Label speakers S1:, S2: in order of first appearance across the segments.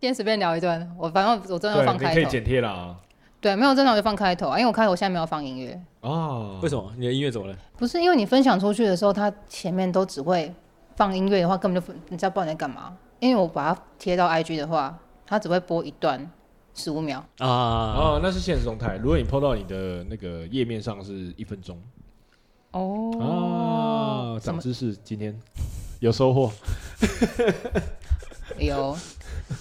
S1: 今天随便聊一段，我反正我真的要
S2: 对，
S1: 放
S2: 你
S1: 开
S2: 可以
S1: 头。
S2: 剪贴了啊。
S1: 对，没有正常就放开头啊，因为我开头现在没有放音乐，
S2: 哦，
S3: 为什么？你的音乐怎么了？
S1: 不是因为你分享出去的时候，它前面都只会放音乐的话，根本就不你知道不知道你在干嘛。因为我把它贴到 IG 的话，它只会播一段十五秒，
S3: 啊，
S2: 哦，那是现实动态。如果你 PO 到你的那个页面上是一分钟
S1: 哦
S2: 哦，
S1: 怎
S2: 长
S1: 么
S2: 知识，今天有收获。
S1: 有？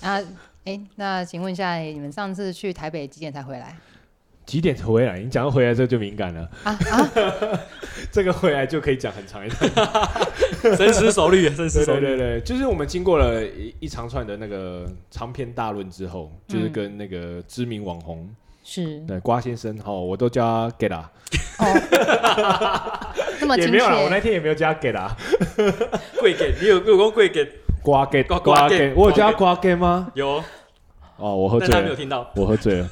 S1: 那哎、那请问一下，你们上次去台北几点才回来？
S2: 几点回来？你讲到回来这就敏感了
S1: 啊
S2: 这个回来就可以讲很长一段。
S3: 深思熟虑，深思
S2: 对
S3: 熟
S2: 对
S3: 虑。
S2: 对对，就是我们经过了一一长串的那个长篇大论之后，就是跟那个知名网红、
S1: 是
S2: 对瓜先生，哈，我都叫他 get 啦，
S1: 哦， 这哦么
S2: 也
S1: 亲
S2: 没有啦，我那
S1: 切，
S2: 天也没有叫他 get 啦，
S3: 贵给，你有有讲贵给？
S2: 瓜 get
S3: 瓜瓜 get，
S2: 我有叫他瓜 get 吗？
S3: 有，
S2: 哦，我喝
S3: 但
S2: 醉
S3: 他没有
S2: 了，
S3: 听到。
S2: 我喝醉了，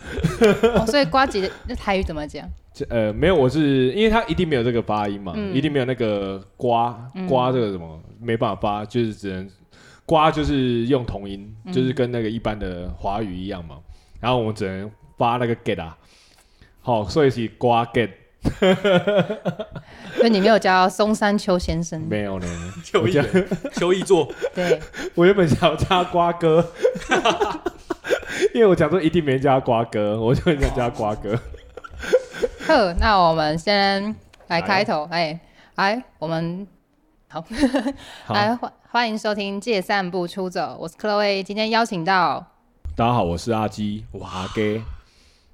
S1: 哦，所以瓜姐的那台语怎么讲？
S2: 这呃，没有，我是因为他一定没有这个发音嘛，
S1: 嗯
S2: 一定没有那个瓜瓜这个什么，没办法发，就是只能瓜就是用同音，就是跟那个一般的华语一样嘛。然后我们只能发那个 get 啊，好、所以是瓜 get
S1: 所以你没有加到松山丘先 生，
S2: 没有呢。
S3: 邱
S2: 我
S3: 毅
S2: 叫，
S3: 邱毅 做，
S1: 对，
S2: 我原本想要加瓜哥， 因为我讲说一定没人加瓜哥，我就很想加瓜哥。
S1: 好，那我们先来
S2: 来
S1: 开头，哎，来，我们好，
S2: 好，
S1: 来欢欢迎收听《借散步出走》，我是 Chloe，今天邀请到
S2: 大家好，我是阿基，我阿 K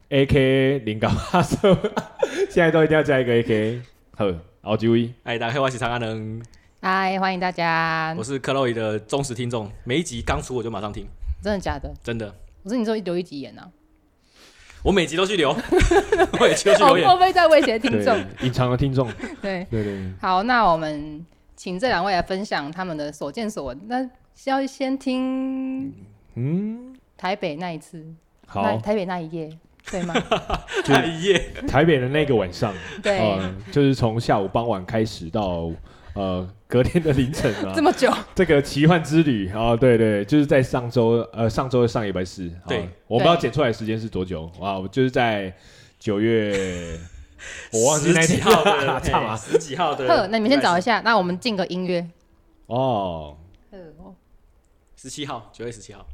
S2: A K 零杠八手， 现在都一定要加一个 A K。好，奥吉威，
S3: 哎，大家好，我是常阿能，
S1: 嗨，欢迎大家
S3: 我，是克洛伊的忠实听众，每一集刚出我就马上听，
S1: 真的假的？
S3: 真的，
S1: 我说你说留一集言啊，
S3: 我每集 都去留，我也去都去
S1: 哦，
S3: 留
S1: 莫
S3: 言。
S1: 非在威胁听
S2: 对
S1: 众？，
S2: 隐藏的听众，
S1: 对，
S2: 对对，
S1: 好，那我们请这两位来分享他们的所见所闻，那是要先听
S2: 嗯，
S1: 台北那一次，那
S2: 好，
S1: 台北那一夜，对吗？
S2: 就
S3: 太夜，
S2: 台北的那个晚上，
S1: 对，
S2: 呃，就是从下午傍晚开始到呃隔天的凌晨啊
S1: 这，么久，
S2: 这个奇幻之旅啊，对对，就是在上周呃上周的上礼拜四，啊
S3: 对，
S2: 我不知道
S1: 对
S2: 剪出来的时间是多久啊，我就是在九月，我忘记那
S3: 十
S2: 天
S3: 几 号的，
S2: 差嘛
S3: 嘿十几号的。
S1: 呵，那你们先找一
S3: 下，
S1: 下，那我们进个音乐。哦
S2: 哦。
S3: 十七号，九月十七号。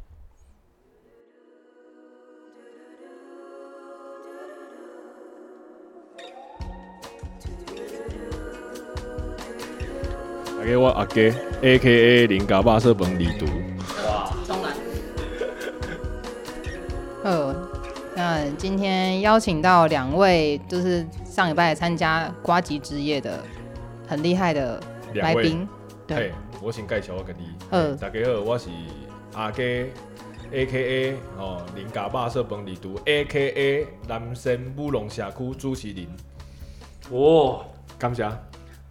S2: 大家我阿杰 A K A 零嘎巴社本李读，
S3: 哇，
S1: 中南。呃，那今天邀请到两位，就是上礼拜参加瓜吉之夜的很厉害的来
S2: 两位
S1: 宾。对
S2: 嘿，我先介绍我家己。
S1: 嗯
S2: 大家好，我是阿杰 A K A 哦零嘎巴社本李读 A K A 南山乌龙社区主持人，
S3: 哇，
S2: 感谢。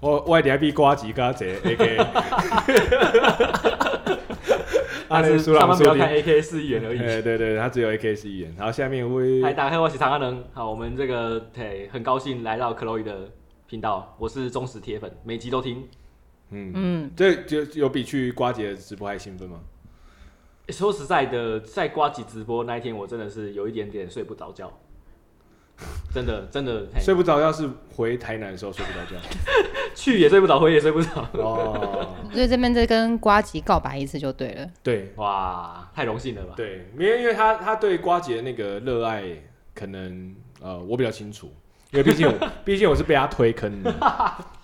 S2: 我我底下比瓜吉加姐 A K A。啊
S3: 但是
S2: 输了
S3: 上班不要看
S2: 输
S3: AK 四亿元而已。
S2: 哎，对对，他只有 A K 是一人。然后下面会
S3: 嗨，大家好，我是常阿能。好，我们这个嘿，很高兴来到 Chloe 的频道，我是忠实铁粉，每集都听。
S2: 嗯，
S1: 嗯，
S2: 这就有比去瓜姐的直播还兴奋吗？
S3: 欸说实在的，在瓜吉直播那一天，我真的是有一点点睡不着觉，真的真的，嘿
S2: 睡不着觉是回台南的时候睡不着觉。
S3: 去也睡不着，回也睡不着。
S2: 哦，
S1: 所以这边再跟瓜吉告白一次就对了。
S2: 对
S3: 哇，太荣幸了吧？
S2: 对，因为因为他他对瓜姐的那个热爱，可能呃我比较清楚，因为毕竟我毕竟我是被他推坑的，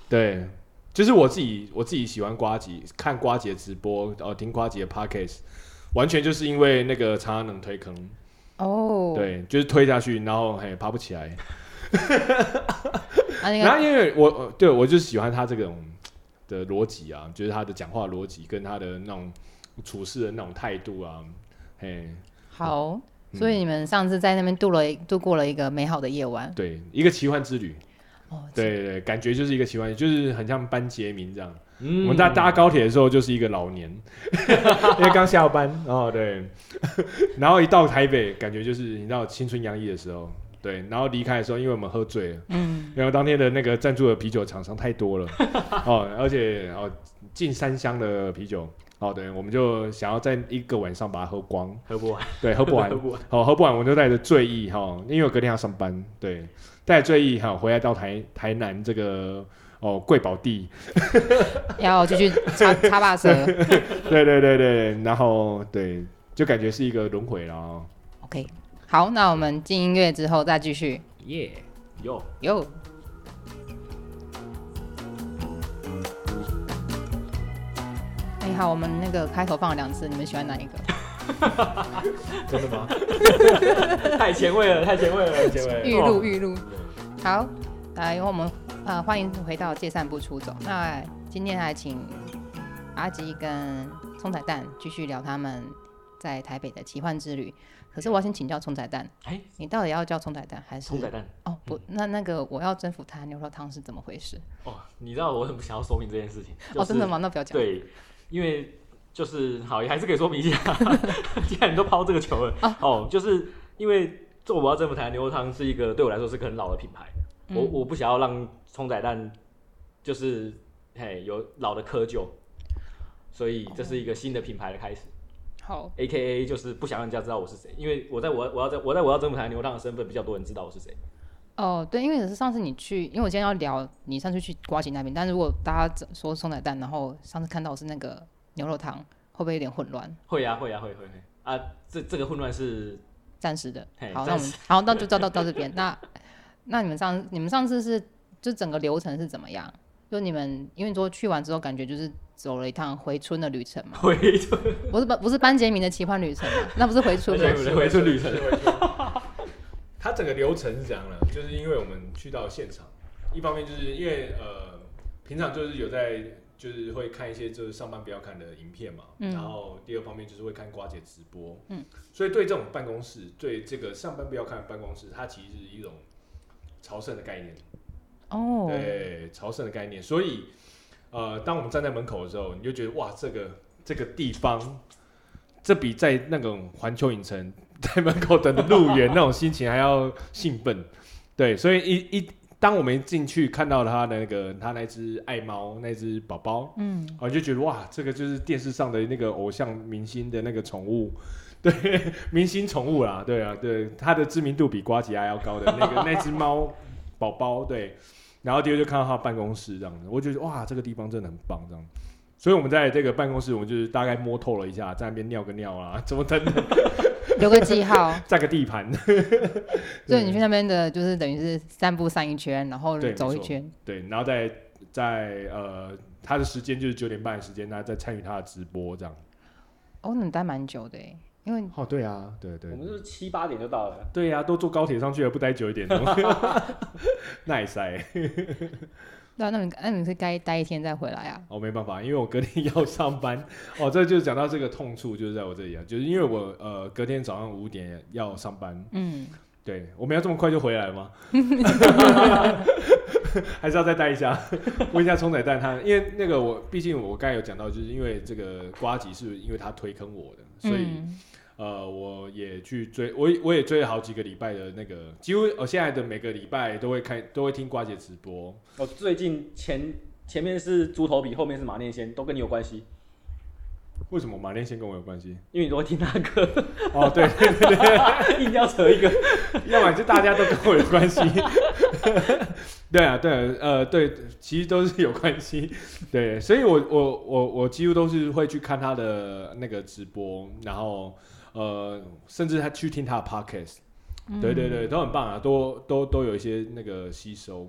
S2: 对，就是我自己我自己喜欢瓜姐，看瓜姐直播，然、后听瓜姐的 podcast，完全就是因为那个常常能推坑，
S1: 哦，，
S2: 对，就是推下去，然后嘿爬不起来，
S1: 啊那
S2: 然
S1: 个
S2: 后因为我呃对我就喜欢他这种的逻辑啊，就是他的讲话逻辑跟他的那种处事的那种态度啊，嘿，
S1: 好，
S2: 嗯
S1: 所以你们上次在那边度了一度过了一个美好的夜晚。
S2: 对，一个奇幻之旅，
S1: 哦，
S2: 对对对，感觉就是一个奇幻，就是很像班杰明这样。
S3: 嗯
S2: 我们在搭高铁的时候就是一个老年， 因为刚下班哦，对，然后一到台北，感觉就是你知道青春洋溢的时候，对，然后离开的时候，因为我们喝醉了，
S1: 嗯，
S2: 然后当天的那个赞助的啤酒厂商太多了，哦，而且哦近三箱的啤酒。哦，对，我们就想要在一个晚上把它喝光，
S3: 喝不完，
S2: 对，喝不完
S3: 喝，不完。
S2: 好、喝不完我就带着醉意哈、因为我隔天要上班，对，带着醉意哈、回来到台台南这个哦贵宝地，
S1: 然后就去擦擦把车。
S2: 对对对对，然后对，就感觉是一个轮回了哦。
S1: OK，好，那我们进音乐之后再继续。
S2: 耶、
S3: 有
S1: 哟，哎、好，我们那个开头放了两次，你们喜欢哪一个？
S2: 真的吗？
S3: 太前卫了，太前卫了，太前
S2: 前
S3: 卫
S2: 卫
S3: 了。哦
S1: 预
S2: 了
S1: 录预录。好，来，我们呃欢迎回到《借散步出走》。那今天还请阿吉跟葱仔蛋继续聊他们在台北的奇幻之旅。可是我要先请教葱仔蛋，
S3: 哎
S1: 你到底要叫葱仔蛋还是
S3: 葱仔蛋
S1: 哦不，那那个我要征服他牛肉汤是怎么回事？
S3: 哦，你知道我很不想要说明这件事情，就是、
S1: 哦，真的？吗？那不要讲。
S3: 对，因为就是好，也还是可以说明一下。既然你都抛这个球了，哦，就是因为做我要政府台的牛肉汤是一个对我来说是个很老的品牌，
S1: 嗯
S3: 我我不想要让葱仔蛋就是嘿有老的窠臼，所以这是一个新的品牌的开始。
S1: 好，
S3: A K A 就是不想让人家知道我是谁，因为我在我我要在我在我要征服台牛肉汤的身份比较多人知道我是谁。
S1: 哦，对，因为是上次你去，因为我今天要聊你上次去瓜吉那边，但如果大家说松奶蛋，然后上次看到是那个牛肉汤，会不会有点混乱？
S3: 会呀、会呀、会会会啊！这这个混乱 是
S1: 暂时的
S3: 嘿，
S1: 好，那
S3: 暂
S1: 我们好，那就到到到这边。那那你们上你们上次是就整个流程是怎么样？就你们因为说去完之后，感觉就是走了一趟回春的旅程嘛，
S3: 回
S1: 不是班不是班杰明的奇幻旅程嘛，那不是回春吗？
S3: 对回春旅程。
S2: 它整个流程是这样的，就是因为我们去到现场，一方面就是因为呃，平常就是有在就是会看一些就是上班不要看的影片嘛，
S1: 嗯
S2: 然后第二方面就是会看瓜姐直播，嗯，所以对这种办公室，对这个上班不要看的办公室，它其实是一种朝圣的概念。
S1: 哦，
S2: 对，朝圣的概念。所以，呃，当我们站在门口的时候，你就觉得哇，这个这个地方，这比在那种环球影城在门口等路人那种心情还要兴奋。对，所以一一当我们一进去看到他的那个他那只爱猫那只宝宝，
S1: 嗯，
S2: 我哦就觉得哇，这个就是电视上的那个偶像明星的那个宠物，对， 明星宠物啦，对啊，对，它的知名度比瓜吉还要高的那个那只猫宝宝，对，然后第二就看到他办公室这样子，我就觉得哇，这个地方真的很棒这样。所以我们在这个办公室，我们就是大概摸透了一下，在那边尿个尿啊，怎么等
S1: 留个记号。
S2: 占个地盘，
S1: 所以你去那边的，就是等于是散步散一圈，然后
S2: 对没
S1: 走一
S2: 错
S1: 圈。
S2: 对，然后再在呃他的时间就是九点半的时间，那再参与他的直播这样。
S1: 哦，那你待蛮久的耶，因为
S2: 哦，对啊，对对
S3: 我们是七八点就到了，
S2: 对呀、都坐高铁上去了，不待久一点呢？ 耐塞，
S1: 对啊，那你那你是该待一天再回来啊。
S2: 哦，没办法，因为我隔天要上班。 哦，这就讲到这个痛处，就是在我这里啊，就是因为我呃隔天早上五点要上班，
S1: 嗯，
S2: 对，我们要这么快就回来吗？ 还是要再待一下， 问一下冲仔蛋他，因为那个我毕竟我刚才有讲到，就是因为这个瓜吉是因为他推坑我的，所以、
S1: 嗯
S2: 呃，我也去追，我也我也追了好几个礼拜的那个，几乎我现在的每个礼拜都会看，都会听瓜姐直播。
S3: 我哦最近前前面是猪头比，后面是马念先，都跟你有关系，
S2: 为什么马念先跟我有关系？
S3: 因为你都会听他歌，
S2: 哦，对，
S3: 硬要扯一个。
S2: 要么就大家都跟我有关系。 对啊，对啊，呃，对，其实都是有关系。对，所以我我我我几乎都是会去看他的那个直播，然后呃，甚至他去听他的 podcast。对
S1: 嗯
S2: 对对，都很棒啊，都都都有一些那个吸收。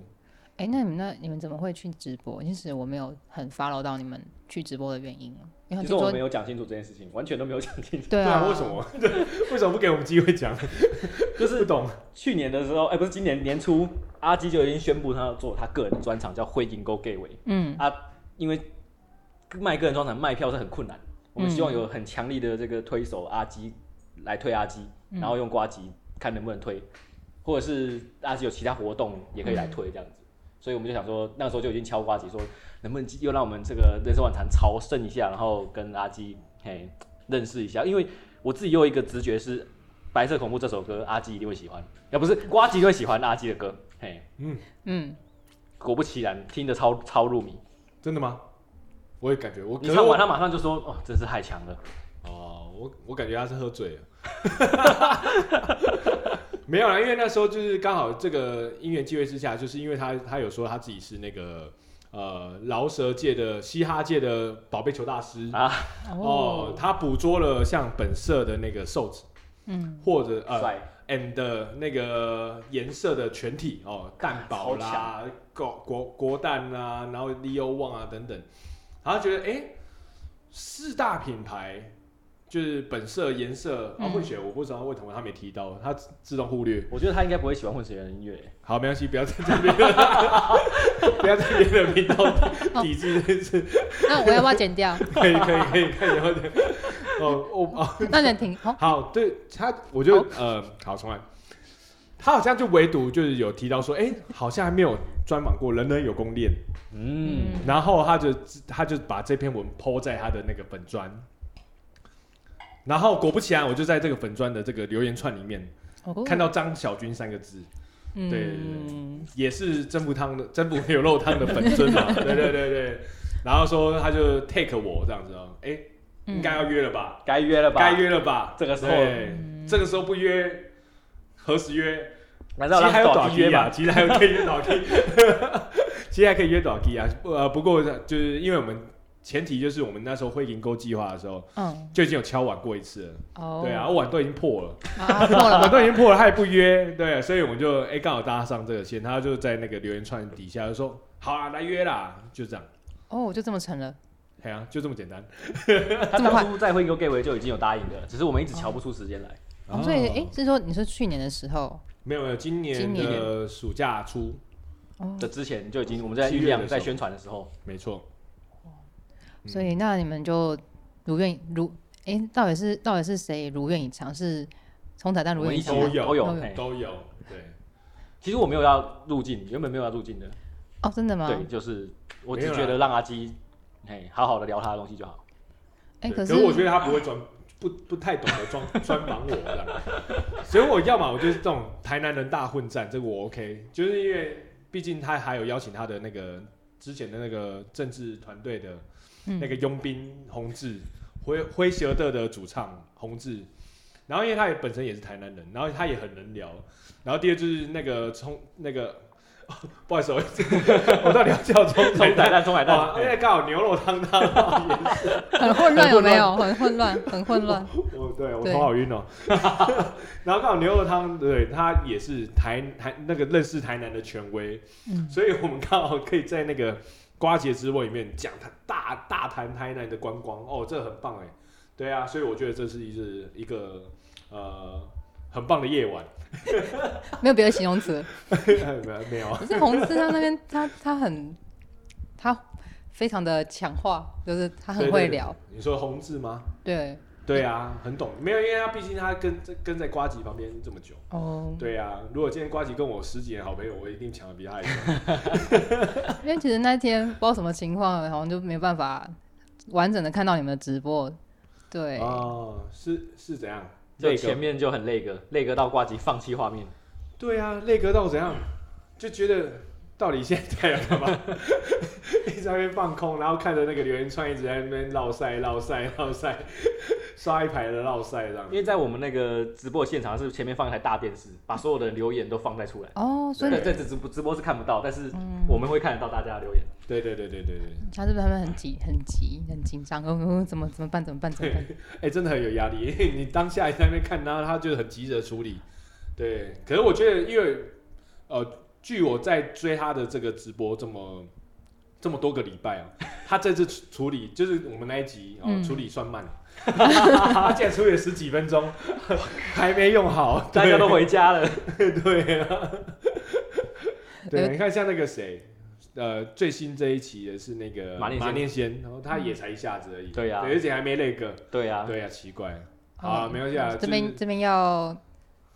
S1: 哎、那你们那你们怎么会去直播？其实我没有很 follow 到你们去直播的原因，啊因为听
S3: 其实我
S1: 说
S3: 没有讲清楚这件事情，完全都没有讲 清楚。
S1: 对
S2: 啊，
S1: 啊，
S2: 为什？么？为什么不给我们机会讲？
S3: 就是
S2: 不懂。
S3: 去年的时候，哎、不是今年年初，阿基就已经宣布他要做他个人的专场，叫《灰银沟 Gateway》。
S1: 嗯，
S3: 因为卖个人专场卖票是很困难，我
S1: 嗯
S3: 们希望有很强力的这个推手阿基来推阿基，
S1: 嗯
S3: 然后用瓜吉看能不能推，或者是阿基有其他活动也可以来
S1: 嗯
S3: 推这样子。所以我们就想说，那时候就已经敲瓜吉说，能不能又让我们这个人生晚餐朝圣一下，然后跟阿基嘿认识一下，因为我自己有一个直觉是，《白色恐怖》这首歌阿基一定会喜欢，要不是瓜吉就会喜欢阿基的歌，嘿，
S1: 嗯，
S3: 果不其然，听得超超入迷。
S2: 真的吗？我也感觉我
S3: 你
S2: 可是
S3: 唱
S2: 我
S3: 完他马上就说哦，真是太强了，
S2: 哦，我我感觉他是喝醉了， 没有啦，因为那时候就是刚好这个因缘际会之下，就是因为他他有说他自己是那个呃饶舌界的嘻哈界的宝贝球大师
S3: 啊
S2: 哦，他捕捉了像本色的那个瘦子
S1: 嗯，
S2: 或者呃
S3: 帅，
S2: and 那个颜色的全体哦，蛋堡
S3: 超
S2: 啦、国国国蛋啦，然后 Leo Wang 啊等等，然后觉得哎、诶四大品牌就是本色、颜色、啊
S1: 嗯
S2: 混血，我不知道为什么他没提到，他自自动忽略。
S3: 我觉得他应该不会喜欢混血的音乐。
S2: 好，没关系，不要在这边，不要在别的频道抵制这件事，
S1: 那我要不要剪掉？
S2: 可以可以可以可以，然后就哦哦哦，
S1: 那能停？ 哦，
S2: 好，对他，我就呃，好，重来。他好像就唯独就是有提到说，哎、好像还没有专访过《人人有功练》，
S3: 嗯，
S1: 嗯
S2: 然后他就他就把这篇文抛在他的那个粉砖，然后果不其然，我就在这个粉砖的这个留言串里面
S1: 哦嗯
S2: 看到张小军三个字，
S1: 对
S2: 对对也是真不汤的真不牛肉汤的粉砖嘛，对对对对，然后说他就 take 我这样子哦，哎、应该要约了吧，
S3: 该约了吧？
S2: 该约了吧，
S3: 这个时候
S2: 对
S1: 嗯
S2: 这个时候不约，何时约？
S3: 难
S2: 其
S3: 道
S2: 实
S3: 让
S2: 还有
S3: 早
S2: 短
S3: 期
S2: 期
S3: 约
S2: 啊，
S3: 吧？
S2: 其实还有可以约 短期，其实还可以约短期啊。呃，不过就是因为我们前提就是我们那时候会营购计划的时候
S1: 嗯，
S2: 就已经有敲碗过一次了，
S1: 哦，
S2: 对啊，，碗都已经破 了，
S1: 啊，过了
S2: 碗
S1: 吧，
S2: 都已经破了，他也不约，对，所以我们就哎刚、好搭上这个线，他就在那个留言串底下就说好啊，来约啦，就这样，
S1: 哦，我就这么成了，
S2: 哎呀、就这么简单。啊
S3: 他
S1: 这么快
S3: 当初在婚姻 Gateway 就已经有答应的了，只是我们一直瞧不出时间来。
S2: 啊
S1: 哦所以，哎，是说你是去年的时候，
S2: 没有没有，今年
S1: 今
S2: 的
S1: 年
S2: 暑假初，
S1: 哦，
S3: 这之前就已经我们在
S2: 七月
S3: 酝
S2: 的时候
S3: 酿、在宣传的时候，
S2: 没错。嗯
S1: 所以那你们就如愿以如，哎，到底是到底是谁如愿以偿？是冲彩蛋
S3: 我
S1: 如
S3: 们
S1: 愿
S3: 一
S1: 以
S3: 起
S1: 偿吗？
S2: 都有
S3: 都有
S1: 嗯都。有
S3: 嘿
S2: 都有，对，
S3: 其实我没有要入境，原本没有要入境的，
S1: 哦，真的吗？
S3: 对，就是我
S2: 没
S3: 只
S2: 有啦
S3: 觉得让阿基，嘿，好好的聊他的东西就好。
S1: 哎，
S2: 对可
S1: 是
S2: 我觉得他不会专不不太懂得专专访我这样，所以我要么我就是这种台南人大混战，这个我 OK，就是因为毕竟他还有邀请他的那个之前的那个政治团队的
S1: 嗯
S2: 那个佣兵洪志灰灰蛇的的主唱洪志。然后，因为他也本身也是台南人，然后他也很能聊。然后第二就是那个冲那个， 不好意思，我 我到底要叫冲
S3: 冲彩蛋，冲彩蛋
S2: 啊，，因为刚好牛肉汤汤
S1: 很混乱，有没有？很混乱，很混乱。
S2: 我对我
S1: 对
S2: 头好晕哦。 然后刚好牛肉汤，对他也是台台那个认识台南的权威，
S1: 嗯
S2: 所以我们刚好可以在那个瓜节之味里面讲他大大谈台南的观光哦，这很棒哎。对啊，所以我觉得这是一是一个呃很棒的夜晚。
S1: 没有别的形容词。
S2: 没没有，
S1: 可是红丝他那边，他他很他非常的强化，就是他很会聊。
S2: 你说红字吗？
S1: 对，
S2: 对啊，很懂。没有，因为他毕竟他跟跟在瓜吉旁边这么久。
S1: 哦，
S2: 对啊，如果今天瓜吉跟我十几年好朋友，我一定抢的比他还多。
S1: 因为其实那天不知道什么情况，好像就没办法完整的看到你们的直播。对，
S2: 哦，是是怎样？
S3: 就
S2: 内
S3: 前
S2: 格？
S3: 面就很累个，累个到挂机放弃画面。
S2: 对啊，内格到怎样？就觉得到底现在要干嘛？ 一直在那边放空，然后看着那个留言串一直在那边绕赛绕赛绕赛，刷一排的绕赛这样
S3: 因。为在我们那个直播现场是前面放一台大电视，把所有的留言都放在出来。
S1: 哦，所以
S3: 对，
S1: 你
S3: 在直直播直播是看不到，但是
S1: 嗯
S3: 我们会看得到大家的留言。
S2: 对对对对对对，
S1: 他是不是他们很急、很急、很紧张？哦哦，怎么怎么办？怎么办？怎么办？
S2: 哎、真的很有压力，因为你当下在那边看，然后他就很急着处理。对，可是我觉得，因为呃，据我在追他的这个直播这么这么多个礼拜啊，他这次处处理就是我们那一集哦，
S1: 嗯
S2: 处理算慢了， 他竟然处理了十几分钟，还没用好，
S3: 大家都回家了，
S2: 对对啊，对，
S1: 呃
S2: 你看像那个谁。呃，最新这一期的是那个
S3: 马念先
S2: 马念先，然后他也才一下子而已，
S3: 对啊
S2: 而且还没那个，
S3: 对啊，
S2: 对呀、奇怪。好、
S1: 哦
S2: 啊，没关系啊，
S1: 这
S2: 就
S1: 边
S2: 是
S1: 这边要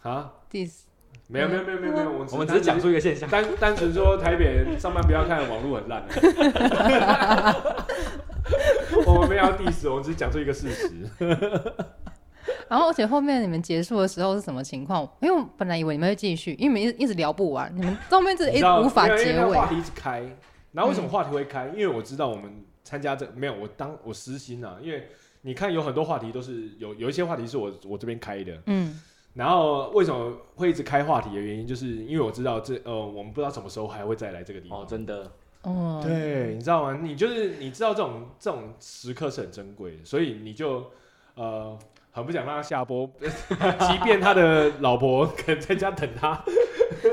S2: 啊，
S1: diss
S2: 没有没有没有没有没
S1: 嗯
S2: 有，我们
S3: 我们只是讲
S2: 单
S3: 述一个现象。
S2: 单单纯说台北人上班不要看网络很烂。 我们没有要 diss，我们只是讲出一个事实。
S1: 然后，而且后面你们结束的时候是什么情况？因为我本来以为你们会继续，因为你们一直一直聊不完，你们到后面就是
S2: 你
S1: 一
S2: 知
S1: 直
S2: 道
S1: 无法
S2: 没有因为
S1: 结
S2: 那个
S1: 尾嗯
S2: 话。题一直开，然后为什么话题会开？因为我知道我们参加这没有，我当我私心啊，因为你看有很多话题都是有有一些话题是我我这边开的，
S1: 嗯
S2: 然后为什么会一直开话题的原因，就是因为我知道这呃，我们不知道什么时候还会再来这个地方。
S3: 哦，真的，
S1: 哦，
S2: 对，你知道吗？你就是你知道这种这种时刻是很珍贵的，所以你就呃很不想让他下播， 即便他的老婆可能在家等他。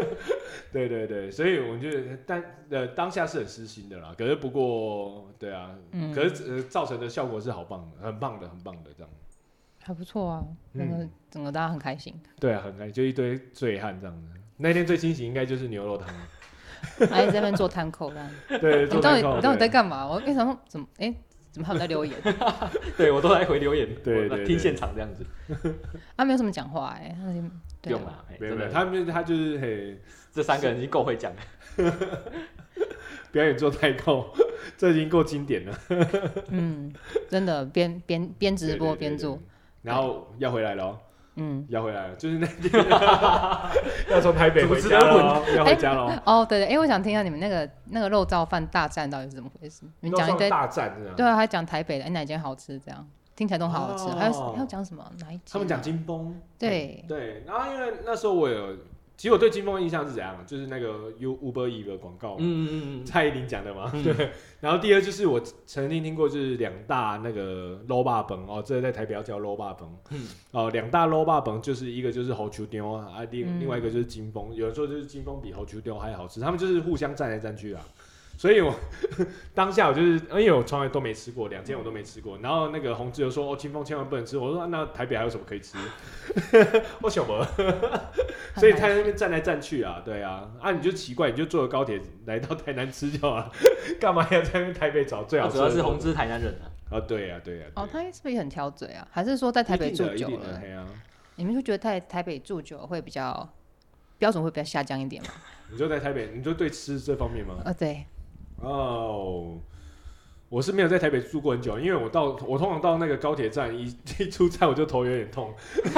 S2: 对对对，所以我们就但呃当下是很私心的啦，可是不过对啊，
S1: 嗯
S2: 可是、呃、造成的效果是好棒的，很棒的，很棒的这样。
S1: 还不错啊，那
S2: 嗯
S1: 个整个大家很开心。
S2: 对啊，很开心，就一堆醉汉这样的。那天最清醒应该就是牛肉汤，
S1: 还在那边做摊口这 样，
S2: 对，
S1: 你
S2: 做
S1: 到
S2: 蛋
S1: 底
S2: 糕
S1: 你到底在
S2: 对
S1: 干嘛？我为什么怎么哎怎么还有在留 言？
S3: 对我都来回留言，
S2: 对
S3: 我
S2: 对对
S3: 听现场这样子，
S1: 他啊没有什么讲话哎，他就
S3: 不
S1: 对啊
S3: 用啦，哎
S2: 没有
S3: 真
S2: 没
S3: 的
S2: 有，他们他就是嘿，
S3: 这三个人已经够会讲了，
S2: 表演做代购， 这已经够经典了。
S1: 嗯，真的边边边直播边
S2: 对
S1: 做
S2: 对，对然后要回来了哦，
S1: 嗯，
S2: 要回来了，就是 那天 要从台北回家
S3: 主持人
S2: 了哦，要回家了哦。
S1: 哦对对，哎，我想听一下你们那个那个肉燥饭大战到底是怎么回事？你们讲一
S2: 那
S1: 堆
S2: 种，大战是吧？
S1: 对啊，还讲台北的哎哪间好吃这样，听起来都好好吃。
S2: 哦
S1: 还有还有讲什么哪一间啊？
S2: 他们讲金崩，
S1: 对
S2: 对，然后因为那时候我有，其实我对金崩的印象是怎样，就是那个 U Uber E 的广告，
S3: 嗯嗯嗯嗯，
S2: 蔡依林讲的嘛。对，然后第二就是我曾经听过，就是两大那个 low 霸本哦，这个在台北要叫 low 霸本，
S3: 嗯
S2: 哦，两大 low 霸本就是一个就是猴球丢啊，啊另、
S1: 嗯
S2: 另外一个就是金峰，有的时候就是金峰比猴球丢还好吃，他们就是互相站来站去啊。所以我 当下我就是，因为我从来都没吃过，两间我都没吃过。然后那个洪志友说：“哦，金峰千万不能吃。”我说啊：“那台北还有什么可以吃？” 我想么？
S1: 很
S2: 所以
S1: 开
S2: 他在那边站来站去啊，对啊，啊你就奇怪，你就坐高铁来到台南吃就好了， 干嘛要在那边台北找最好
S3: 他
S2: 吃
S3: 啊主
S2: 的？
S3: 要是红之台南人啊，
S2: 啊，对啊，对啊，
S1: 哦，
S2: 对
S1: 他是不是也很挑嘴啊？还是说在台北
S2: 一
S1: 住
S2: 定的
S1: 久
S2: 一定
S1: 了
S2: 的，，嘿啊，
S1: 你们就觉得在台北住久了会比较标准会比较下降一 点吗？
S2: 你就在台北，你就对吃这方面吗？
S1: 啊，对，
S2: 哦，我是没有在台北住过很久，因为我到我通常到那个高铁站一 一出站我就头有点痛，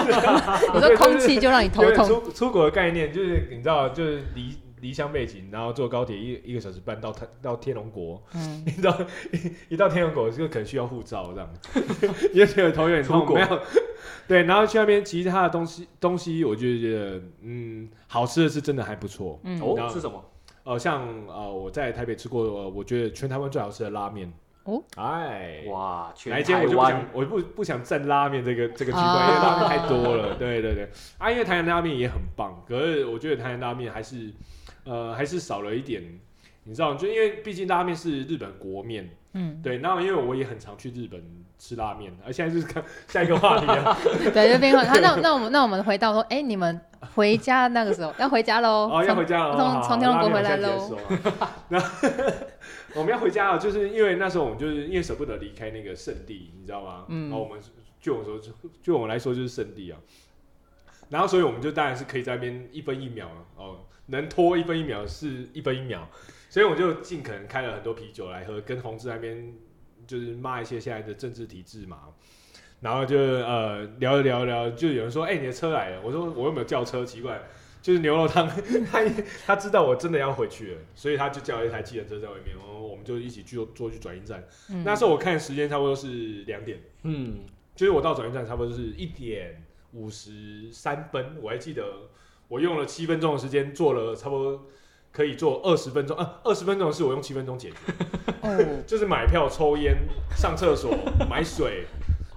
S1: 你说空气就让你头
S2: 有点
S1: 痛，
S2: 出出国的概念就是你知道，就是离离乡背景，然后坐高铁一一个小时半到台到天龙国，
S1: 嗯，
S2: 一到一一到天龙国就可能需要护照这样， 因为觉得头有点
S3: 出
S2: 痛，
S3: 国
S2: 没有。 对，然后去那边，其他的东西东西，我就觉得，嗯，好吃的是真的还不错。
S1: 嗯
S2: 然
S3: 哦
S2: 后
S3: 是什么？
S2: 呃，像呃，我在台北吃过，呃我觉得全台湾最好吃的拉面。
S1: 哦，
S2: 哎，
S3: 哇，
S2: 哪一
S3: 全
S2: 间
S3: 台
S2: 我就不想
S3: 湾，，
S2: 我不不想占拉面这个这个区块，
S1: 啊
S2: 因为拉面太多了。对对对，啊，因为台南拉面也很棒，可是我觉得台南拉面还是，呃，还是少了一点，你知道，就因为毕竟拉面是日本国面，
S1: 嗯，
S2: 对，那因为我也很常去日本吃拉面，而现在就是看下一个话题了。
S1: 对，就变化。好那那我们那我们回到说，哎，你们回家那个时候要回家喽，
S2: 哦，要回家了，
S1: 从
S2: 哦好
S1: 从天龙国回来。
S2: 好拉面我现在结束 了然后啊我们要回家了，啊就是因为那时候我们就是因为舍不得离开那个圣地，你知道吗？
S1: 嗯
S2: 然后我们就我说，就我来说就是圣地啊。然后，所以我们就当然是可以在那边一分一秒了哦，能拖一分一秒是一分一秒，所以我就尽可能开了很多啤酒来喝，跟同志那边就是骂一些现在的政治体制嘛，然后就呃聊一聊一聊，就有人说：“哎、你的车来了。”我说：“我又没有叫车，奇怪。”就是牛肉汤， 他他知道我真的要回去了，所以他就叫了一台计程车在外面，然后我们就一起去坐去转运站。
S1: 嗯
S2: 那时候我看时间差不多是两点，
S3: 嗯，
S2: 就是我到转运站差不多是一点五十三分，我还记得我用了七分钟的时间做了差不多可以做二十分钟啊，二十分钟的事我用七分钟解决，
S1: 哦，
S2: 就是买票、抽烟、上厕所、买水，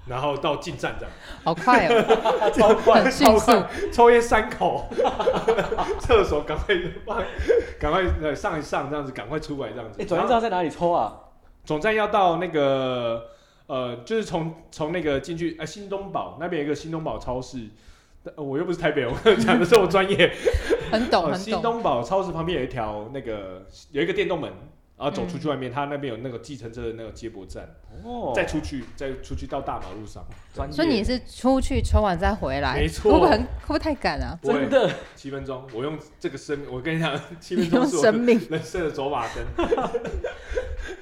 S2: 然后到进站这样。
S1: 好快哦，
S2: 超快，
S1: 很迅
S2: 超快，抽烟三口， 厕所赶快放，赶快呃上一上这样子，赶快出来这样子
S3: 哎，。转
S2: 然
S3: 运
S2: 后
S3: 站在哪里抽啊？
S2: 总站要到那个呃，就是从从那个进去呃新东宝那边有一个新东宝超市。呃我又不是台北人，我 讲的是我专业。
S1: 很 懂
S2: 呃
S1: 很
S2: 新
S1: 懂，
S2: 东宝超市旁边有一条那个有一个电动门，然后走出去外
S1: 嗯
S2: 面，它那边有那个计程车的那个接驳站，
S3: 哦
S2: 再出去，再出去到大马路上，
S3: 专业
S1: 所以你是出去抽完再回来，
S2: 没错
S1: 会不会很会不会太赶啊？
S2: 不会
S3: 真的
S2: 七分钟。我用这个生，我跟你讲，七
S1: 你
S2: 分 钟
S1: 用
S2: 是我
S1: 生命，
S2: 人生的走马灯，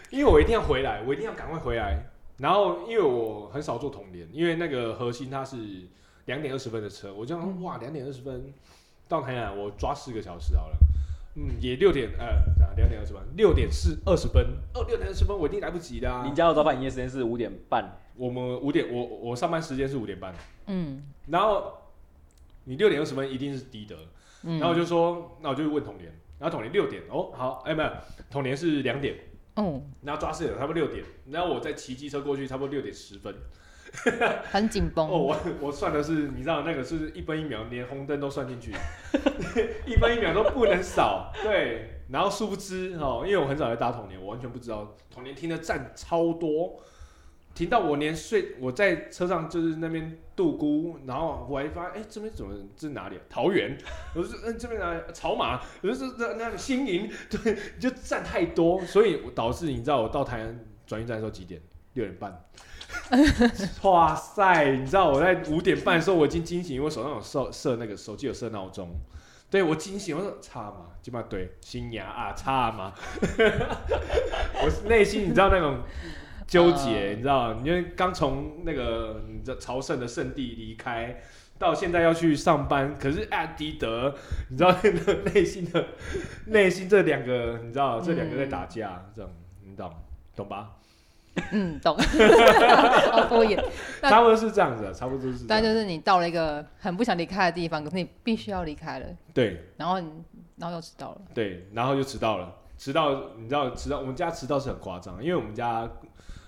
S2: 因为我一定要回来，我一定要赶快回来。然后因为我很少做统联，因为那个核心它是两点二十分的车，我就想哇，两点二十分到台南，我抓四个小时好了。嗯，也六点呃，啊两点二十分，六点四二十分，哦，六点二十分我一定来不及的、啊
S3: 你。家的早饭营业时间是五点半，
S2: 我们五点，我我上班时间是五点半，
S1: 嗯
S2: 然后你六点二十分一定是低的，然后我
S1: 嗯，
S2: 就说，那我就问统联，然后统联六点，哦，好，哎、没有，统联是两点，
S1: 哦，
S2: 然后抓四点，差不多六点，然后我再骑机车过去，差不多六点十分。
S1: 很紧绷。
S2: 哦，我 我算的是，你知道那个是一分一秒，连红灯都算进去， 一分一秒都不能少。对，然后殊不知哦，因为我很少在搭童年，我完全不知道童年听的站超多，听到我连睡我在车上就是那边度孤，然后我还发现哎、这边怎么这是哪里、啊？桃园，我就说嗯这边哪里？草马，我就说那那新营， 对，就站太多，所以我导致你知道我到台南转运站的时候几点？六点半。 哇塞！你知道我在五点半的时候我已经惊醒，因为我手上有设设那个手机有设闹钟，对我惊醒，我说差嘛，鸡巴对，新牙啊差嘛， 我内心你知道那种纠结，你知道，因为刚从那个你知道朝圣的圣地离开。到现在要去上班，可是艾迪德，你知道那个内心的内心这两个，你知道这两个在打架，这种你懂懂吧？
S1: 嗯， 懂。好敷衍。那
S2: 差不多是这样子啊，差不多是这
S1: 但
S2: 样。
S1: 就是你到了一个很不想离开的地方，可是你必须要离开了，
S2: 对，
S1: 然后你然后又迟到了。
S2: 对，然后就迟到了，迟到你知道迟到，我们家迟到是很夸张，因为我们家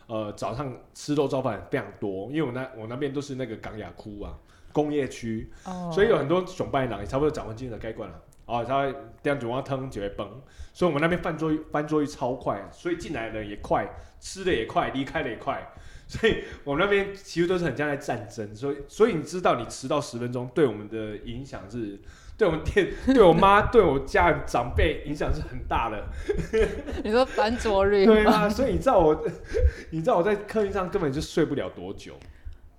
S2: 呃早上吃肉燥饭非常多，因为我那我那边都是那个港雅窟啊工业区，
S1: 哦
S2: 所以有很多熊拜狼也差不多早上进了该关了。哦，他这样子往汤就会崩，所以我们那边翻桌翻桌率超快，所以进来的人也快，吃的也快，离开的也快，所以我们那边其实都是很像在战争，所以所以你知道你迟到十分钟对我们的影响是，对我们店、对我妈、对我家人长辈影响是很大的，
S1: 你说翻桌率
S2: 对
S1: 吗？
S2: 啊，所以你知道我， 你知道我在客运上根本就睡不了多久，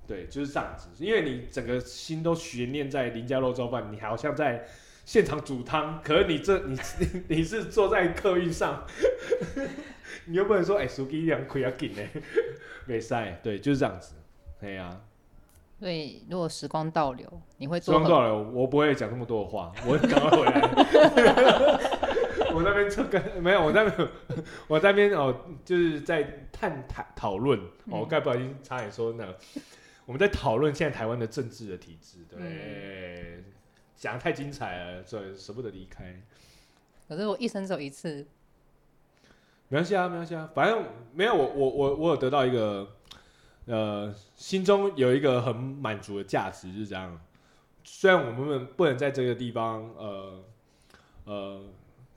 S2: 对，就是这样子，因为你整个心都悬念在林家肉燥饭，你好像在现场煮汤，可是你这你你是坐在客运上， 你又不能说哎，手机两亏啊紧呢， 没塞，对，就是这样子，哎呀、
S1: 所以如果时光倒流，你会做
S2: 装
S1: 很
S2: 到了，我不会讲那么多的话， 我赶快回来。我那边这个没有，我那边我那边哦，就是在探讨讨论
S1: 嗯
S2: 哦，我刚才不小心差点说那个，我们在讨论现在台湾的政治的体制，
S1: 嗯
S2: 对，讲、得太精彩了，所以舍不得离开。
S1: 可是我一生只有一次，
S2: 没关系啊，没关系啊，反正没有我我我我有得到一个，呃，心中有一个很满足的价值，就是这样。虽然我们不能在这个地方，呃呃，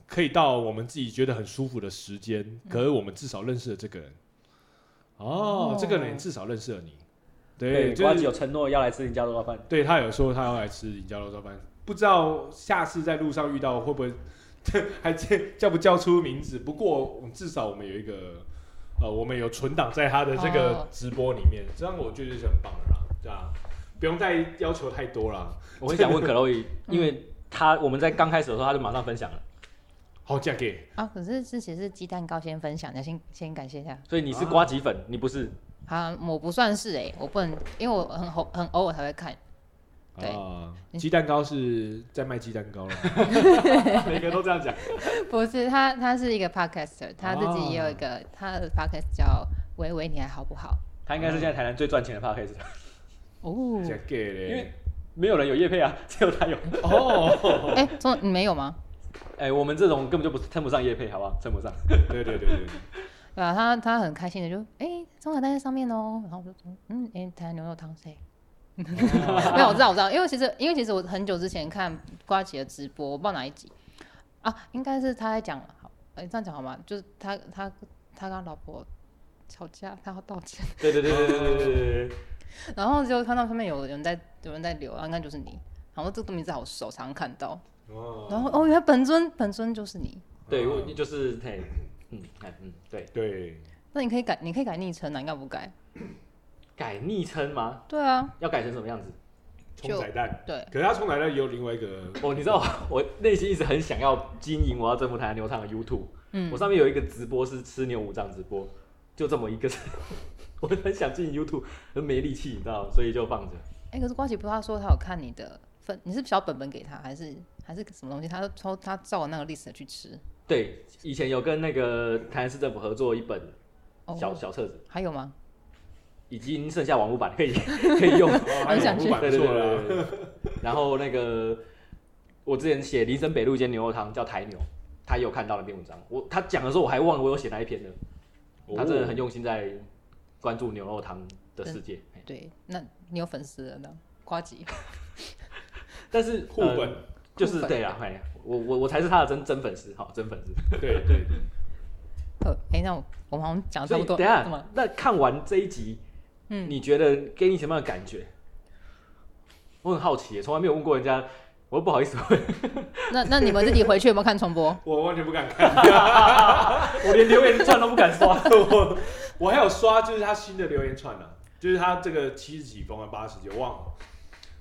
S2: 可以到我们自己觉得很舒服的时间，可是我们至少认识了这个人。哦，
S1: 哦
S2: 这个人至少认识了你，对，
S3: 对，
S2: 就
S3: 瓜
S2: 是
S3: 吉有承诺要来吃你家的早饭，
S2: 对他有说他要来吃林家肉燥饭，不知道下次在路上遇到会不会还叫叫不叫出名字。不过我们至少我们有一个呃，我们有存档在他的这个
S1: 哦
S2: 直播里面，这样我觉得是很棒的啦，对啊，不用再要求太多啦。
S3: 我很想问可 洛伊，
S1: 嗯
S3: 因为他我们在刚开始的时候他就马上分享了，
S2: 好，嫁给
S1: 啊，可是之前是鸡蛋糕先分享的，先先感谢一下。
S3: 所以你是瓜吉粉，你不是？
S1: 啊，我不算是哎、我不能，因为我很偶很偶尔才会看。 对
S2: 啊，
S1: 你
S2: 鸡蛋糕是在卖鸡蛋 糕了，每个都这样讲。
S1: 不是他，他是一个 podcaster，他自己也有一个、他的 podcast 叫“维维你还好不好
S3: 他应该是现在台南最赚钱的 p a c a s t ”。
S1: 哦，
S2: 嫁给嘞
S3: 因为，没有人有叶配啊，只有他有。
S2: 哦，
S1: 哎、中你没有吗？
S3: 哎，我们这种根本就不称不上叶配，好不好？称不上。
S2: 对对对对，
S1: 对啊，他他很开心的就哎、中华蛋在上面哦，然后我就说嗯，哎、台南牛肉汤谁？ 没有，我知道我知道，因为其实因为其实我很久之前看瓜姐的直播，我不知道哪一集啊，应该是他在讲，好，哎、这样讲好吗？就是他他他跟他老婆吵架，他要道歉，
S3: 对对对对对对对对对。
S1: 然后就看到上面有人在有人在留，啊应该就是你，然后这个名字好熟，常常看到，
S2: 哦，
S1: 然后哦哦，原来本尊本尊就是你，
S3: 对，我就是嘿，嗯，哎嗯，对，
S2: 对，
S1: 那你可以改你可以改昵称啊，你干嘛不改？
S3: 改昵称吗？
S1: 对啊，
S3: 要改成什么样子？
S2: 冲
S1: 就
S2: 彩蛋，
S1: 对，
S2: 可是他冲彩蛋也有另外一个
S3: 哦，你知道我内心一直很想要经营我要征服台南牛汤的 YouTube，、
S1: 嗯
S3: 我，上面有一个直播是吃牛五脏直播，就这么一个，我很想经营 YouTube，可是没力气，你知道，所以就放着。
S1: 哎、可是瓜姐不是她说她有看你的分，你是小本本给他，还是还是什么东西？他抽他照那个 list 去吃。
S3: 对，以前有跟那个台南市政府合作一本
S1: 哦，
S3: 小、小册子，
S1: 还有吗？
S3: 已经剩下网络版可以 可以 用。
S2: 哦
S1: 很想去
S2: 还有
S3: 对
S2: 五百不错
S3: 对对
S2: 啊啦。
S3: 对对对然后那个我之前写林森北路一间牛肉汤叫台牛，他也有看到那篇文章，我他讲的时候我还忘了我有写那一篇呢。他真的很
S2: 有
S3: 用心在关注牛肉汤的世界。哎嘿
S1: 对，那你有粉丝了呢？瓜吉，
S3: 但是
S2: 护
S3: 呃
S2: 本，
S3: 就是
S1: 互粉
S3: 对啊，哎，我我我才是他的真真粉丝，好真粉丝。
S2: 对对，
S1: 呃，哎、那我我们好像讲的差
S3: 所以
S1: 不多，
S3: 等一下
S1: 是吗？
S3: 那看完这一集，
S1: 嗯
S3: 你觉得给你什么样的感觉？我很好奇耶，从来没有问过人家，我又不好意思问，
S1: 那那你们自己回去有没有看重 播？
S2: 我完全不敢看，
S3: 我连留言串都不敢刷。
S2: 我 我还有刷，就是他新的留言串啊，就是他这个七十几封啊，八十几忘了。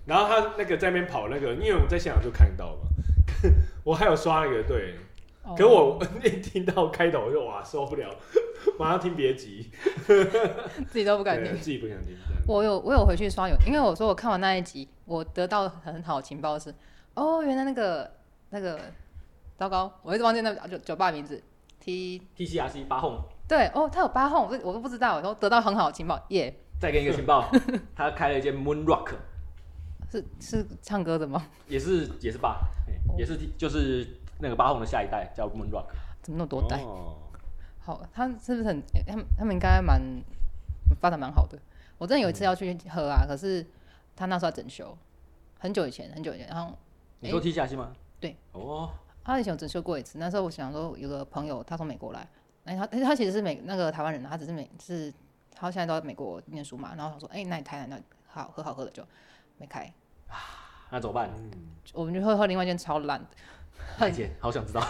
S2: 然后他那个在那边跑那个，因为我在现场就看到嘛， 我还有刷那个对，可
S1: 哦
S2: 我 一听到开头我就哇受不了， 马上听别急，
S1: 自己都不敢
S2: 对
S1: 听。
S2: 自己不想听。这样
S1: 我有我有回去刷有，因为我说我看完那一集，我得到很好的情报是，哦，原来那个那个，糟糕，我一直忘记那酒酒吧名字，T，
S3: T C R C 八红，
S1: 对，哦，他有八号，我都我都不知道，然后得到很好的情报，耶、
S3: 再给你一个情报， 他开了一间 Moon Rock，
S1: 是是唱歌的吗？
S3: 也是也是吧，嘿
S1: 哦
S3: 也是 T- 就是那个八红的下一代叫 Moon Rock。
S1: 怎么那么多代？
S2: 哦
S1: 好，他是不是很？欸他们他们应该蛮发展蛮好的。我真的有一次要去喝啊，可是他那时候在整修，很久以前，很久以前。然后
S3: 你说 T C R C 吗？
S1: 哎对。
S3: 哦，
S1: 他以前有整修过一次，那时候我想说有个朋友他从美国来，哎、他他他其实是美那个台湾人啊，他只是美是他现在都在美国念书嘛，然后想说哎、那你台南那好喝好喝的就没开，
S3: 那怎么办？
S1: 嗯我们就喝喝另外一间超烂的。
S3: 太姐，好想知道。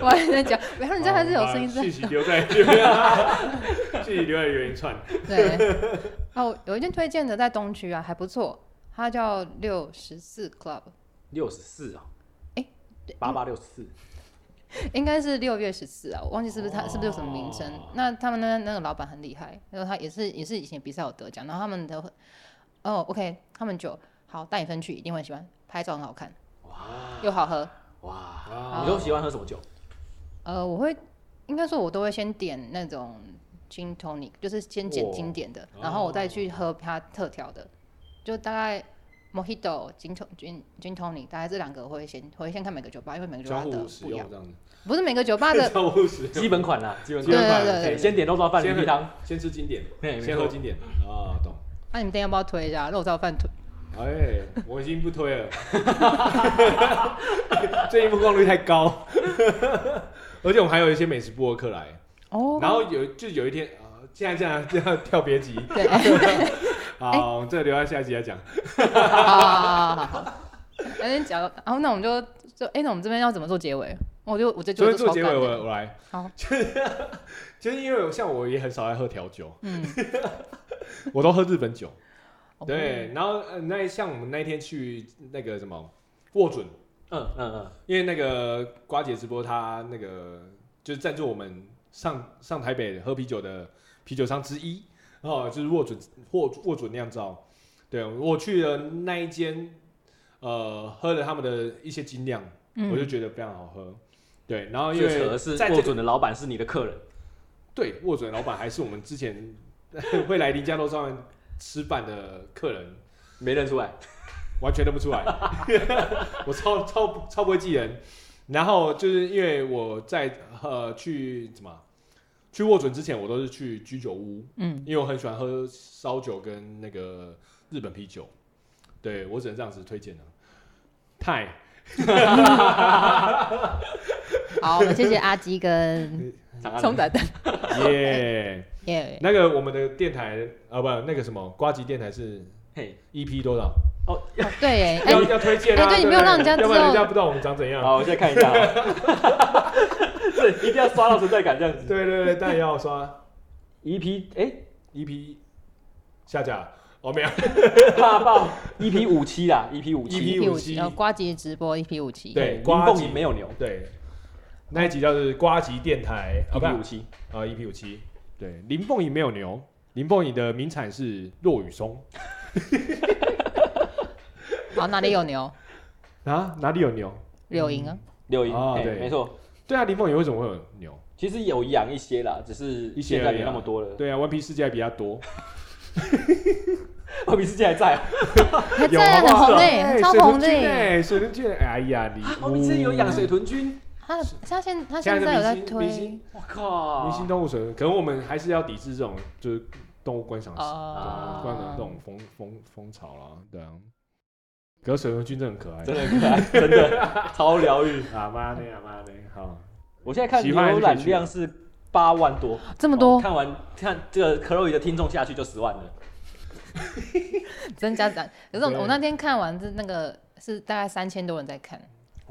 S1: 我还在讲，然后人家还是有声音在
S2: 把。信息留在这边，啊 信息留在原音串。
S1: 对，哦，有一间推荐的在东区啊，还不错，它叫六十四 Club，
S3: 六十四哦，
S1: 哎
S3: 八八六十四，
S1: 应该是六月十四啊，我忘记是不是它、是不是有什么名称
S2: 哦。
S1: 那他们那那个老板很厉害，然后他也是也是以前比赛有得奖，然后他们的哦 OK，他们酒好带你分去一定会喜欢，拍照很好看，
S3: 哇
S1: 又好喝。
S3: 哇
S2: 哇，
S1: 哦
S3: 你都喜欢喝什么酒？
S2: 哦
S1: 呃，我会应该说我都会先点那种 gin tonic，就是先点
S3: 哇
S1: 经典的，
S2: 哦
S1: 然后我再去喝它特调的，就大概 mojito、gin ton- gin gin tonic，大概这两个我会先我会先看每个酒吧，因为每个酒
S2: 交
S1: 吧
S2: 互
S1: 的
S2: 使
S1: 不一样
S2: 用，这样子，
S1: 不是每个酒吧 的
S2: 交互使用，
S3: 基本款啦，基本
S1: 对
S3: 款。
S1: 对
S2: 款
S1: 对对
S3: 对，先点肉燥饭、鱼
S2: 先喝
S3: 皮汤，
S2: 先吃经典，
S3: 对，没
S2: 先喝
S3: 错。
S2: 经典啊，懂。
S1: 那、你们今天要不要推一下肉燥饭推？
S2: 哎，我已经不推了， 最近曝光率太高， 而且我们还有一些美食博客来，
S1: 哦，
S2: 然后有就有一天啊，现在这样这样跳 别急，
S1: 对，好哎
S2: 好，我们这个留在下一集再讲。
S1: 好好好好，那先讲，然后那我们就就哎、那我们这边要怎么做结尾？我就我就觉
S2: 所
S1: 得
S2: 以做结尾
S1: 超
S2: 我
S1: 赶的
S2: 我来，
S1: 好，
S2: 就是因为我像我也很少爱喝调酒，
S1: 嗯，
S2: 我都喝日本酒。
S1: 哦
S2: 对，，然后呃那像我们那一天去那个什么握准，
S3: 嗯嗯嗯，
S2: 因为那个瓜姐直播，她那个就是赞助我们上上台北喝啤酒的啤酒商之一哦，就是握准握握准酿造。对我去了那一间，呃，喝了他们的一些精酿，我就
S1: 嗯，
S2: 觉得非常好喝。对，然后哦因
S3: 最扯的
S2: 为
S3: 是
S2: 在这
S3: 握
S2: 个
S3: 准的老板是你的客人，
S2: 对握准老板还是我们之前 会来林家楼上面吃饭的客人，
S3: 没认出来。
S2: 完全认不出来， 我超超超不会记人。然后就是因为我在呃去怎么啊去握准之前，我都是去居酒屋，
S1: 嗯，
S2: 因为我很喜欢喝烧酒跟那个日本啤酒，对我只能这样子推荐了、啊太
S1: 好，我们谢谢阿基 跟
S3: 长安
S1: 冲
S3: 人
S1: 仔蛋，
S2: 耶
S1: 耶、
S2: 那个我们的电台啊，不，那个什么瓜吉电台是
S3: 嘿，
S2: EP 多少？
S1: 哦对耶，哎、
S2: 要要推荐啊！
S1: 哎对你没有让人家知道
S2: 要不然人家不知道我们长怎样。
S3: 好，我现在看一下啊， 是一定要刷到存在感这样子。
S2: 对对对，当然要刷。
S3: EP 哎，
S2: EP 下架哦，没有
S3: 怕爆 EP 五七啦，EP 五七，
S2: EP
S1: 一
S2: 五
S1: 五
S2: 七
S1: 七，然后瓜吉直播一 p 五七，
S2: E 对
S3: 林
S2: 瓜
S3: 凤
S2: 吉
S3: 营没有牛
S2: 对，那一集叫是瓜吉电台啊，不
S3: ，EP，E 五
S2: 啊
S3: 七，
S2: EP 五七，对，林凤仪没有牛，林凤仪的名产是落羽松，
S1: 好，哪里有牛？
S2: 啊，哪里有牛？
S1: 柳营啊，
S3: 柳营，
S2: 哦
S3: 哎
S2: 对
S3: 没错，
S2: 对啊，林凤营为什么会有牛？
S3: 其实有养一些啦，只是
S2: 一些
S3: 现在
S2: 而已
S3: 没
S2: 啊
S3: 那么多了。
S2: 对啊，One Piece 世界还比较多，
S3: 我比世界还在啊，
S1: 它真
S2: 嗯有
S1: 的
S2: 好不
S1: 很
S2: 好
S1: 红
S2: 哎
S1: 诶，超
S2: 水
S1: 红
S2: 豚
S1: 的欸
S2: 君
S1: 耶。
S2: 哎，水豚君，哎呀，你
S3: 我比世界有养水豚君，
S1: 它的它现它
S2: 现
S1: 现
S2: 在
S1: 在有在
S2: 的明星
S1: 推
S2: 明星
S3: 我靠，
S2: 明星动物水豚，可能我们还是要抵制这种就是动物观赏
S1: 哦
S2: 惯了这种风风风潮啦，对啊。可是水豚君真的很可爱
S3: 真，的很可爱，真的超疗 愈。
S2: 啊妈呢啊妈呢，好，
S3: 我现在看
S2: 喜欢还是
S3: 浏
S2: 可以
S3: 览量是八万多，
S1: 这么
S3: 哦
S1: 多，
S3: 看完看这个 Chloe 的听众下去就十万了，
S1: 增加涨。可是
S2: 对
S1: 我我那天看完是那个是大概三千多人在看，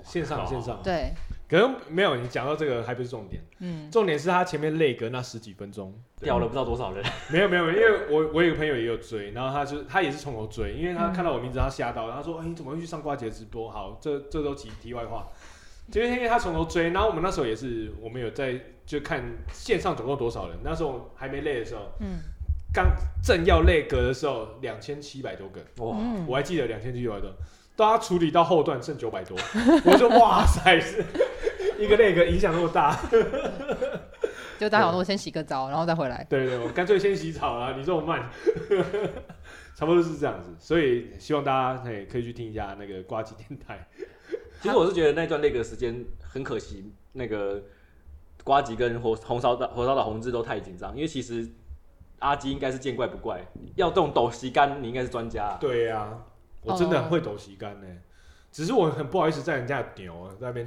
S2: 线上线上，
S1: 对，
S2: 可能没有你讲到这个还不是重点，
S1: 嗯，
S2: 重点是他前面累隔那十几分钟
S3: 掉了，不知道多少人。
S2: 没有没有，因为我我有个朋友也有追，然后他就他也是从头追，因为他看到我名字他吓到，然后他说哎、你怎么会去上瓜姐直播？好，这这都题题外话，就是因为他从头追，然后我们那时候也是我们有在就看线上总共多少人，那时候还没累的时候，
S1: 嗯
S2: 刚正要累格的时候两千七百多个。
S3: 哇，
S1: 嗯，
S2: 我还记得两千九百多，到他处理到后段剩九百多， 我说哇塞，是一个那个影响那么大，
S1: 就大家好，我先洗个澡，然后再回来。
S2: 对对，我干脆先洗澡啦，你这么慢， 差不多是这样子，所以希望大家嘿可以去听一下那个瓜机电台，
S3: 其实我是觉得那段那个时间很可惜，那个瓜吉跟火红烧岛火烧岛红志都太紧张，因为其实阿基应该是见怪不怪，要这种抖席杆你应该是专家啊、
S2: 对呀、啊，我真的很会抖旗杆呢，只是我很不好意思在人家的牛在那边，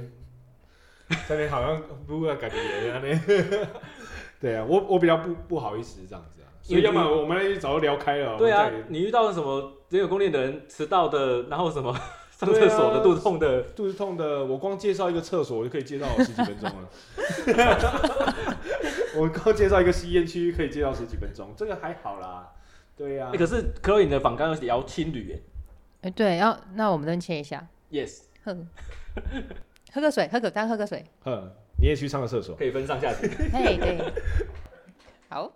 S2: 在那边好像不过感觉人家呢， 对啊，我我比较不不好意思这样子啊，所以要不然我们来早就聊开了，
S3: 对啊
S2: 我们再，
S3: 你遇到什么人有攻略的人、迟到的，然后什么上
S2: 对
S3: 厕
S2: 啊
S3: 所的、肚子痛的，
S2: 肚子痛的，我光介绍一个厕所，我就可以介绍我十几分钟了。我光介绍一个吸烟区，可以介绍十几分钟，这个还好啦。对呀、
S3: 欸可是 Chloe 你的访刚也要青旅耶
S1: 哎，对，要那我们先切一下，
S3: ，yes，
S1: 喝喝个水，喝 个大家喝个水。
S2: 哼，你也去上个厕所。
S3: 可以分上下集。
S1: 嘿，对，好，